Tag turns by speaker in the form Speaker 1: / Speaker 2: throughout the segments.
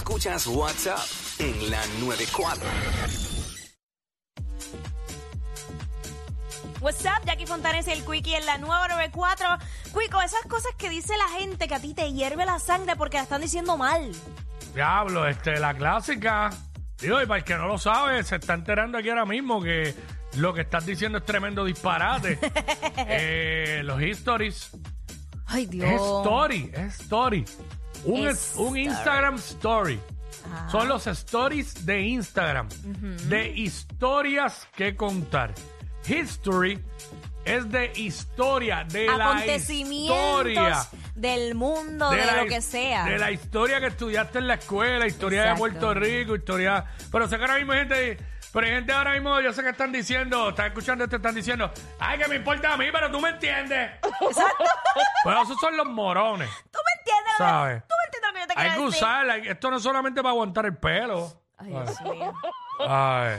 Speaker 1: Escuchas WhatsApp en la 94.
Speaker 2: WhatsApp, Jackie Fontanes y el Quickie en la nueva 94. Quico, esas cosas que dice la gente que a ti te hierve la sangre porque la están diciendo mal.
Speaker 3: Diablo, este, la clásica. Digo, y para el que no lo sabe, se está enterando aquí ahora mismo que lo que estás diciendo es tremendo disparate. Eh, los histories.
Speaker 2: Ay, Dios.
Speaker 3: Es story, es story. Un, es-
Speaker 2: Es Ah.
Speaker 3: un Instagram story. Son los stories de Instagram. De historias que contar. History es de historia, de la historia.
Speaker 2: Acontecimientos del mundo, de,
Speaker 3: la
Speaker 2: lo
Speaker 3: his-
Speaker 2: que sea.
Speaker 3: De la historia que estudiaste en la escuela, historia
Speaker 2: Exacto.
Speaker 3: de Puerto Rico, historia. Pero sé que ahora mismo hay gente. Pero hay gente ahora mismo, yo sé que están diciendo, están escuchando esto, están diciendo, ay, que me importa a mí, pero tú me entiendes. Pero esos son los morones,
Speaker 2: ¿Tú me entiendes? lo que-
Speaker 3: ¿sabes?
Speaker 2: ¿Tú me entiendes lo que yo te
Speaker 3: Hay
Speaker 2: quiero
Speaker 3: que
Speaker 2: decir?
Speaker 3: usarla. hay- Esto no es solamente para aguantar el pelo.
Speaker 2: Ay, Dios mío.
Speaker 3: Ay.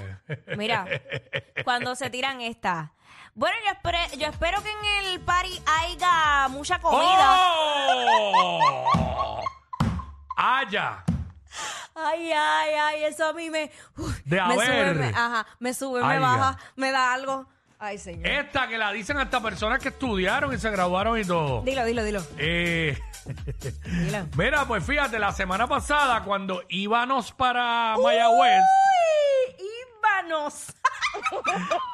Speaker 2: Mira, cuando se tiran estas. Bueno, yo, espero- yo espero que en el party haya mucha comida.
Speaker 3: ¡Oh! Ah, ¡Haya!
Speaker 2: Ay, ay, ay, eso a mí me. uf,
Speaker 3: De
Speaker 2: me sube,
Speaker 3: haber.
Speaker 2: me, ajá, me sube, me
Speaker 3: Haya.
Speaker 2: baja, me da algo. Ay, señor.
Speaker 3: Esta que la dicen hasta personas que estudiaron y se graduaron y todo.
Speaker 2: Dilo, dilo, dilo.
Speaker 3: Eh,
Speaker 2: Dilo.
Speaker 3: mira, pues fíjate, la semana pasada cuando íbamos para Mayagüez
Speaker 2: Uy, íbamos.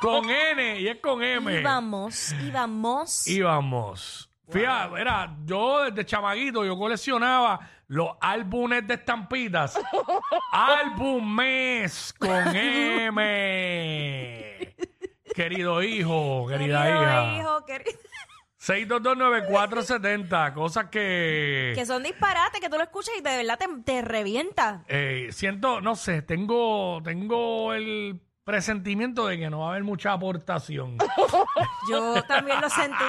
Speaker 3: con N y es con M.
Speaker 2: Oh. Íbamos, íbamos.
Speaker 3: Íbamos. Fíjate, mira, yo desde chamaguito yo coleccionaba los álbumes de estampitas. Álbumes con M. Querido hijo, querida
Speaker 2: Querido
Speaker 3: hija.
Speaker 2: hijo, querido-
Speaker 3: 6229470, cosas que...
Speaker 2: Que son disparates, que tú lo escuchas y de verdad te, te revienta.
Speaker 3: Eh, siento, no sé, tengo, tengo el presentimiento de que no va a haber mucha aportación.
Speaker 2: Yo también lo sentí.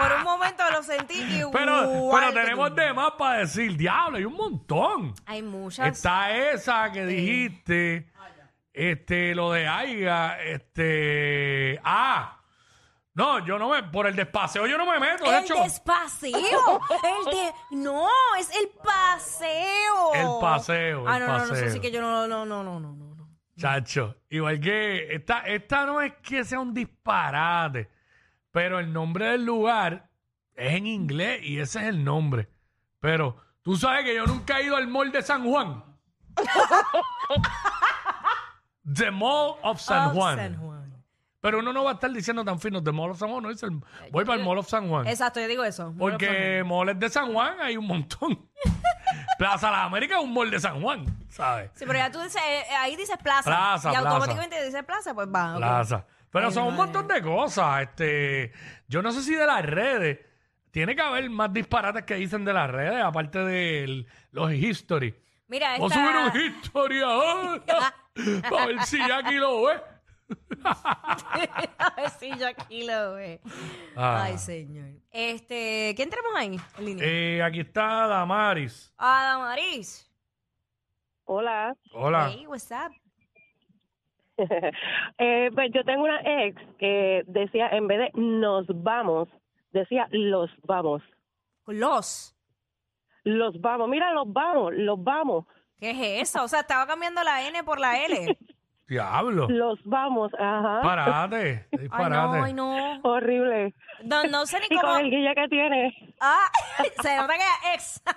Speaker 2: Por un momento lo sentí y
Speaker 3: Pero, pero tenemos de más para decir, diablo, hay un montón.
Speaker 2: Hay muchas.
Speaker 3: Está esa que dijiste, este, lo de Aiga, este, ah, no, yo no me, por el despaseo yo no me meto, de
Speaker 2: El
Speaker 3: hecho,
Speaker 2: despaseo. El de. No, es el paseo.
Speaker 3: El paseo,
Speaker 2: Ah, no,
Speaker 3: el
Speaker 2: no, no, eso
Speaker 3: paseo.
Speaker 2: sí que yo no, no, no, no, no, no. no.
Speaker 3: chacho, igual que, esta, esta no es que sea un disparate, pero el nombre del lugar es en inglés y ese es el nombre, pero tú sabes que yo nunca he ido al mall de San Juan. The Mall of
Speaker 2: Of Ah, San Juan.
Speaker 3: Pero uno no va a estar diciendo tan fino de Mall of San Juan, no dice el- voy para el Mall of San Juan.
Speaker 2: Exacto, yo digo eso.
Speaker 3: porque moles de San Juan hay un montón. Plaza de las Américas es un mall de San Juan, ¿sabes?
Speaker 2: Sí, pero ya tú dices, eh, ahí dices plaza.
Speaker 3: Plaza,
Speaker 2: Y
Speaker 3: plaza.
Speaker 2: automáticamente dices plaza, pues va. ok.
Speaker 3: Plaza. Pero
Speaker 2: Ay,
Speaker 3: son un
Speaker 2: madre.
Speaker 3: montón de cosas. Este, yo no sé si de las redes. Tiene que haber más disparates que dicen de las redes, aparte de los history.
Speaker 2: Mira,
Speaker 3: Voy a subir
Speaker 2: esta.
Speaker 3: un history ahora. para ver si Jackie lo ve.
Speaker 2: A ver si yo aquí lo ve.
Speaker 3: Ah.
Speaker 2: Ay, señor. Este, ¿quién tenemos ahí? en línea?
Speaker 3: Eh, aquí está Damaris.
Speaker 2: Adamaris.
Speaker 4: Hola.
Speaker 3: Hola.
Speaker 2: Hey, what's up?
Speaker 4: Eh, pues yo tengo una ex que decía, en vez de nos vamos, decía los vamos.
Speaker 2: Los.
Speaker 4: Los vamos, mira, los vamos, los vamos,
Speaker 2: ¿Qué es eso? O sea, estaba cambiando la N por la L.
Speaker 3: Diablo.
Speaker 4: los vamos, ajá.
Speaker 3: Disparate.
Speaker 2: Ay,
Speaker 3: Disparate.
Speaker 2: no, ay, no.
Speaker 4: Horrible.
Speaker 2: No, no sé ni
Speaker 4: Y
Speaker 2: cómo.
Speaker 4: con el guilla que tiene.
Speaker 2: Ah, se nota que es ex.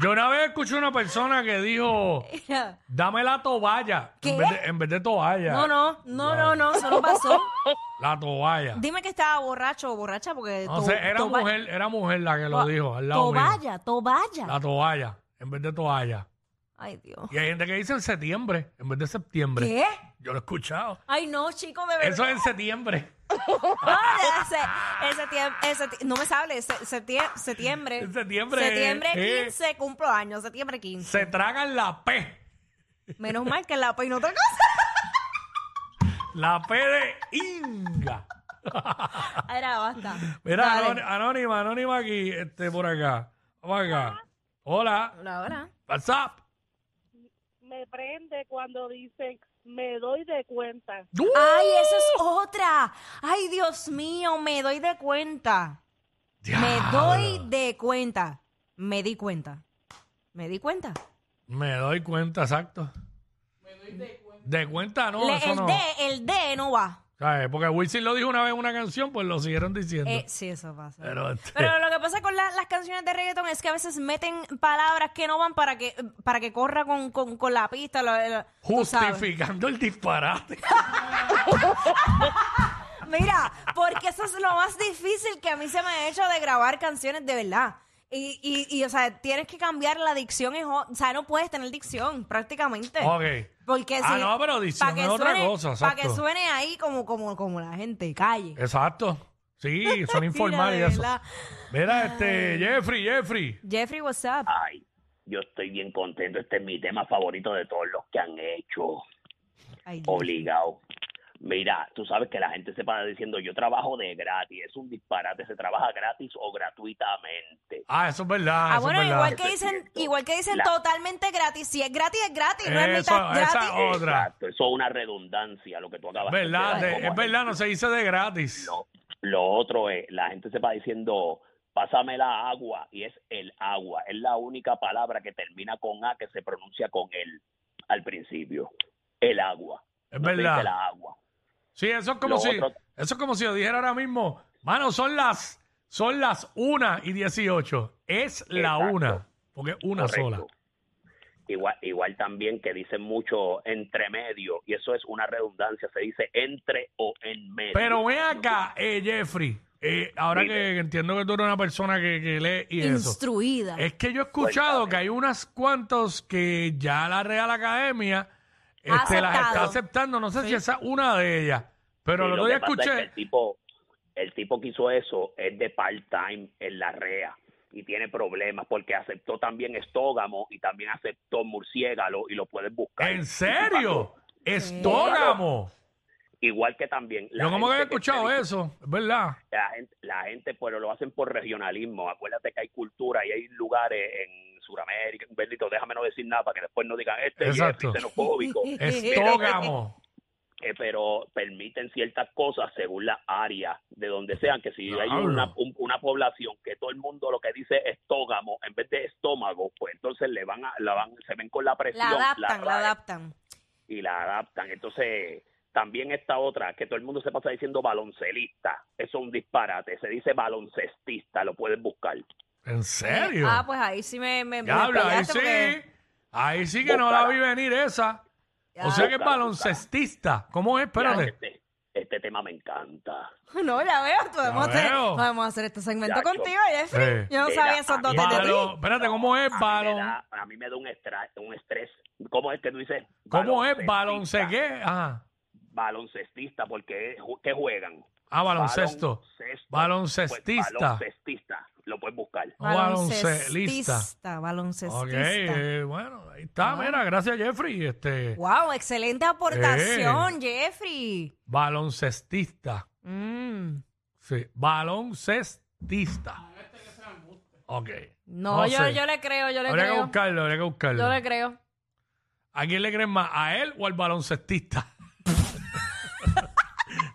Speaker 3: Yo una vez escuché una persona que dijo, dame la toalla.
Speaker 2: ¿Qué?
Speaker 3: En vez de, en vez de toalla.
Speaker 2: No, no, no, no, no, eso no pasó.
Speaker 3: La toalla.
Speaker 2: Dime que estaba borracho o borracha porque.
Speaker 3: No
Speaker 2: to-
Speaker 3: sé, era
Speaker 2: toba-
Speaker 3: mujer, era mujer la que lo
Speaker 2: to-
Speaker 3: dijo, al lado mío.
Speaker 2: Toballa, toballa.
Speaker 3: La toalla, en vez de toalla.
Speaker 2: Ay, Dios.
Speaker 3: Y hay gente que dice en septiembre, en vez de septiembre.
Speaker 2: ¿Qué?
Speaker 3: Yo lo he escuchado.
Speaker 2: Ay, no, chico, de verdad.
Speaker 3: Eso es en septiembre.
Speaker 2: Ah, ese- ese tiemp- ese ti- no me sale, se- septie- septiembre.
Speaker 3: En septiembre,
Speaker 2: Septiembre
Speaker 3: eh.
Speaker 2: 15, cumplo años, septiembre 15.
Speaker 3: Se tragan la P.
Speaker 2: Menos mal que la peino otra cosa.
Speaker 3: La P de Inga.
Speaker 2: Era basta.
Speaker 3: Mira,
Speaker 2: Dale.
Speaker 3: anón- anónima, anónima aquí, este, por acá. Vamos acá. Hola.
Speaker 2: Hola, hola.
Speaker 3: WhatsApp.
Speaker 4: Me prende cuando dicen, me doy de cuenta.
Speaker 2: Ay,
Speaker 3: ¡Uh!
Speaker 2: esa es otra. Ay, Dios mío, me doy de cuenta. Me doy de cuenta. Me di cuenta. Me di cuenta.
Speaker 3: Me doy cuenta, exacto. Me doy de cuenta. De cuenta no,
Speaker 2: Le-
Speaker 3: eso
Speaker 2: el
Speaker 3: no.
Speaker 2: D, el D no va.
Speaker 3: ¿Sabes? Porque Wilson lo dijo una vez en una canción, pues lo siguieron diciendo.
Speaker 2: Eh, sí, eso pasa.
Speaker 3: Pero, este,
Speaker 2: Pero lo que pasa con la- las canciones de reggaeton es que a veces meten palabras que no van para que para que corra con, con, con la pista. lo- lo- tú sabes.
Speaker 3: justificando el disparate.
Speaker 2: Mira, porque eso es lo más difícil que a mí se me ha hecho de grabar canciones de verdad. Y, y, y, o sea, tienes que cambiar la dicción. es o o sea, no puedes tener dicción prácticamente.
Speaker 3: ok.
Speaker 2: Porque
Speaker 3: Ah,
Speaker 2: si-
Speaker 3: no, pero dicción
Speaker 2: pa' que
Speaker 3: es otra
Speaker 2: suene-
Speaker 3: cosa,
Speaker 2: Para que
Speaker 3: exacto.
Speaker 2: suene ahí como, como, como la gente calle.
Speaker 3: Exacto. Sí, son informales y
Speaker 2: de
Speaker 3: eso.
Speaker 2: verdad.
Speaker 3: Mira, este, Jeffrey, Jeffrey.
Speaker 2: Jeffrey, what's up?
Speaker 5: Ay, yo estoy bien contento. Este es mi tema favorito de todos los que han hecho.
Speaker 2: Ay, Dios.
Speaker 5: Obligado. Mira, tú sabes que la gente se para diciendo yo trabajo de gratis. Es un disparate. Se trabaja gratis o gratuitamente.
Speaker 3: Ah, eso es verdad.
Speaker 2: Ah,
Speaker 3: eso
Speaker 2: bueno,
Speaker 3: es verdad.
Speaker 2: igual que dicen, igual que dicen
Speaker 5: La-
Speaker 2: totalmente gratis. Si es gratis, es gratis, no
Speaker 3: Eso,
Speaker 2: es mitad
Speaker 3: esa-
Speaker 2: gratis.
Speaker 3: oh, Otra.
Speaker 5: Exacto. Eso es una redundancia lo que tú acabas
Speaker 3: Verdad,
Speaker 5: de
Speaker 3: de-
Speaker 5: decir.
Speaker 3: es verdad, no se dice de gratis.
Speaker 5: Lo, lo otro es, la gente se va diciendo, pásame la agua, y es el agua. Es la única palabra que termina con A que se pronuncia con el al principio. El agua.
Speaker 3: Es
Speaker 5: No se dice
Speaker 3: verdad.
Speaker 5: la agua.
Speaker 3: Sí, eso es como
Speaker 5: Lo
Speaker 3: si,
Speaker 5: otro-
Speaker 3: eso es como si yo dijera ahora mismo, mano, son las, son las 1 y 18. Es la
Speaker 5: Exacto.
Speaker 3: una, porque es una sola.
Speaker 5: Correcto. Igual, igual también que dicen mucho entre medio, y eso es una redundancia, se dice entre o en medio.
Speaker 3: Pero ven acá, eh, Jeffrey, eh, ahora
Speaker 5: Dime.
Speaker 3: que entiendo que tú eres una persona que, que lee y eso.
Speaker 2: Instruida.
Speaker 3: Es que yo he escuchado
Speaker 5: Cuéntame.
Speaker 3: que hay unas cuantos que ya la Real Academia este, las está
Speaker 2: aceptado.
Speaker 3: aceptando. No sé si esa es una de ellas. Pero
Speaker 5: Sí,
Speaker 3: el
Speaker 5: lo
Speaker 3: otro
Speaker 5: que
Speaker 3: día
Speaker 5: pasa es
Speaker 3: escuché.
Speaker 5: que el tipo, el tipo que hizo eso es de part-time en la REA y tiene problemas porque aceptó también estógamo y también aceptó murciégalo y lo puedes buscar.
Speaker 3: ¿En serio? Estógamo.
Speaker 5: Igual que también. la
Speaker 3: Yo como que había
Speaker 5: gente que
Speaker 3: escuchado
Speaker 5: se dice-
Speaker 3: eso, es verdad.
Speaker 5: La gente, la gente, pero lo hacen por regionalismo. Acuérdate que hay cultura y hay lugares en Sudamérica. Bendito, déjame no decir nada para que después no digan este
Speaker 3: Exacto.
Speaker 5: es xenofóbico.
Speaker 3: Estógamo.
Speaker 5: eh, pero permiten ciertas cosas según la área de donde sean, que si hay
Speaker 3: Diablo.
Speaker 5: una, un- una población que todo el mundo lo que dice es estógamo en vez de estómago, pues entonces le van a, la van, se ven con la presión
Speaker 2: la adaptan, la
Speaker 5: raen
Speaker 2: adaptan.
Speaker 5: y la adaptan. Entonces, también esta otra, que todo el mundo se pasa diciendo baloncelista, eso es un disparate, se dice baloncestista, lo puedes buscar.
Speaker 3: ¿En serio?
Speaker 2: Ah, pues ahí sí me, me, me
Speaker 3: Diablo, ahí
Speaker 2: pillaste
Speaker 3: sí.
Speaker 2: porque-
Speaker 3: Ahí sí que no la
Speaker 5: Búscala.
Speaker 3: vi venir esa. O
Speaker 2: Ya.
Speaker 3: sea que es
Speaker 5: Búscala,
Speaker 3: baloncestista. ¿Cómo es?
Speaker 5: Ya,
Speaker 3: Espérate.
Speaker 5: Este, este tema me encanta.
Speaker 2: No, ya veo, podemos, hacer-
Speaker 3: veo.
Speaker 2: podemos hacer este segmento
Speaker 5: Ya, yo-
Speaker 2: contigo, Jeffrey.
Speaker 3: Sí.
Speaker 2: Yo no
Speaker 5: Mira,
Speaker 2: sabía esos
Speaker 5: a
Speaker 2: dotes
Speaker 5: mí-
Speaker 2: de ti.
Speaker 3: Balon- espérate, ¿cómo es
Speaker 5: A mí me
Speaker 3: balon?
Speaker 5: da- A mí me da un estrés, un estrés. ¿Cómo es que tú dices?
Speaker 3: ¿Cómo es
Speaker 5: Baloncesto.
Speaker 3: balonce qué? Ajá.
Speaker 5: baloncestista porque es ju- ¿qué juegan?
Speaker 3: Ah, baloncesto.
Speaker 5: Baloncesto.
Speaker 3: Baloncestista.
Speaker 5: Pues, baloncestista. Lo puedes buscar.
Speaker 3: O baloncestista.
Speaker 2: Baloncestista, baloncestista.
Speaker 3: Ok, eh, bueno, ahí está,
Speaker 2: Ah.
Speaker 3: mira, gracias Jeffrey. Este,
Speaker 2: Wow, excelente aportación, Jeffrey.
Speaker 3: baloncestista.
Speaker 2: Mm.
Speaker 3: Sí, baloncestista. Ok.
Speaker 2: No, yo,
Speaker 3: sé.
Speaker 2: yo le creo, yo le
Speaker 3: Habría que
Speaker 2: creo.
Speaker 3: buscarlo, habría que buscarlo.
Speaker 2: Yo le creo.
Speaker 3: ¿A quién le creen más? ¿A él o al baloncestista?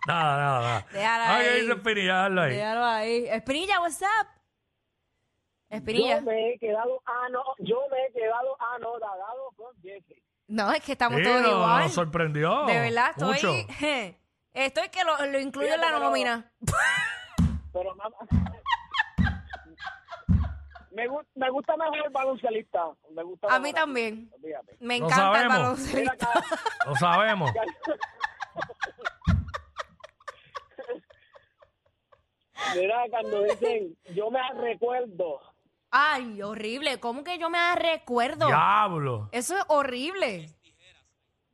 Speaker 3: nada, nada, nada.
Speaker 2: Déjalo
Speaker 3: Ah, que
Speaker 2: ahí.
Speaker 3: dice Pini, ya déjalo ahí.
Speaker 2: Déjalo ahí. Espinilla, what's up? Espinilla.
Speaker 6: Yo me he quedado ano, yo me he quedado anodado con Jeffrey.
Speaker 2: No, es que estamos
Speaker 3: Sí,
Speaker 2: todos
Speaker 3: no,
Speaker 2: igual.
Speaker 3: nos sorprendió.
Speaker 2: de verdad,
Speaker 3: mucho.
Speaker 2: estoy. Estoy que lo, lo incluyo en la
Speaker 6: Fíjate, pero-
Speaker 2: nómina.
Speaker 6: Pero nada me, gu- me gusta mejor el baloncelista. Me gusta
Speaker 2: A
Speaker 6: mejor
Speaker 2: mí
Speaker 6: así,
Speaker 2: también.
Speaker 6: fíjate.
Speaker 2: Me
Speaker 3: Lo
Speaker 2: encanta el
Speaker 3: sabemos.
Speaker 6: Mira
Speaker 2: baloncesto.
Speaker 6: acá,
Speaker 3: Lo sabemos.
Speaker 6: mira cuando dicen, yo me recuerdo.
Speaker 2: Ay, horrible. ¿Cómo que yo me recuerdo?
Speaker 3: Diablo.
Speaker 2: Eso es horrible.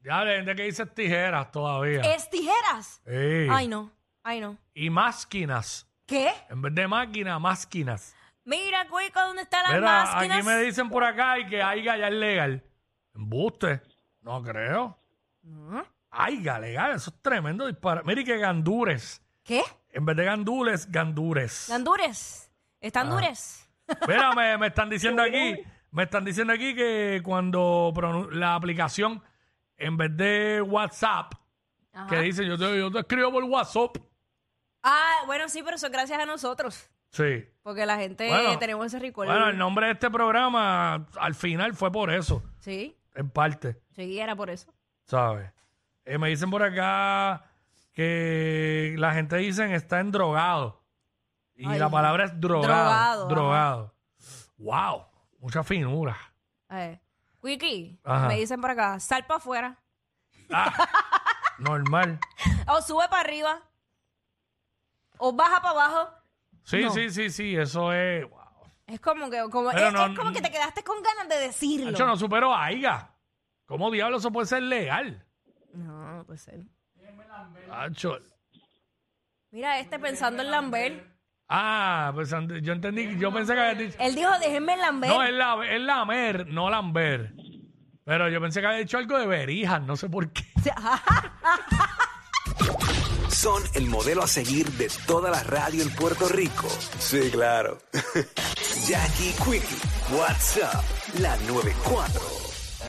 Speaker 3: Diablo, hay gente que dice tijeras todavía.
Speaker 2: ¿Es tijeras?
Speaker 3: Sí.
Speaker 2: Ay, no. Ay, no.
Speaker 3: Y máquinas.
Speaker 2: ¿Qué?
Speaker 3: En vez de máquina, máquinas.
Speaker 2: Mira, Cuico, ¿dónde están las
Speaker 3: Mira, aquí
Speaker 2: máquinas?
Speaker 3: me dicen por acá y que Aiga ya es legal. Embuste. No creo.
Speaker 2: ¿No?
Speaker 3: Aiga, legal. Eso es tremendo disparate. Mira, y que gandures.
Speaker 2: ¿Qué?
Speaker 3: En vez de gandules, gandures.
Speaker 2: ¿Gandures? ¿Están dures?
Speaker 3: Mira, me, me están diciendo aquí, me están diciendo aquí que cuando pronu- la aplicación, en vez de WhatsApp,
Speaker 2: Ajá.
Speaker 3: que dice yo te, yo te escribo por WhatsApp,
Speaker 2: Ah, bueno, sí, pero eso es gracias a nosotros.
Speaker 3: Sí.
Speaker 2: Porque la gente
Speaker 3: Bueno,
Speaker 2: tenemos ese recuerdo.
Speaker 3: Bueno, el nombre de este programa al final fue por eso,
Speaker 2: Sí,
Speaker 3: en parte,
Speaker 2: sí, era por eso.
Speaker 3: ¿sabes? Eh, me dicen por acá que la gente dicen está en drogado. Y
Speaker 2: Ay.
Speaker 3: la palabra es
Speaker 2: Drogado,
Speaker 3: drogado. Drogado. Wow, mucha finura.
Speaker 2: A ver. Wiki,
Speaker 3: Ajá.
Speaker 2: Eh, me dicen por acá, sal para afuera.
Speaker 3: Ah, Normal.
Speaker 2: O sube para arriba. O baja para abajo.
Speaker 3: Sí,
Speaker 2: No.
Speaker 3: sí, sí, sí, eso es. Wow.
Speaker 2: Es como que, como,
Speaker 3: Pero
Speaker 2: es,
Speaker 3: no-
Speaker 2: es como que te quedaste con ganas de decirlo.
Speaker 3: Nacho, no superó a Aiga. ¿Cómo diablos eso puede ser legal?
Speaker 2: no, pues él.
Speaker 3: Nacho.
Speaker 2: Mira, este pensando en Lambert.
Speaker 3: Ah, pues ande- yo entendí, yo pensé que había dicho.
Speaker 2: Él dijo, déjenme en Lambert.
Speaker 3: No, es, la, es lamer, no lamber. Pero yo pensé que había dicho algo de berijas, no sé por qué.
Speaker 1: Son el modelo a seguir de toda la radio en Puerto Rico. Sí, claro. Jackie Quickie, WhatsApp, la 94.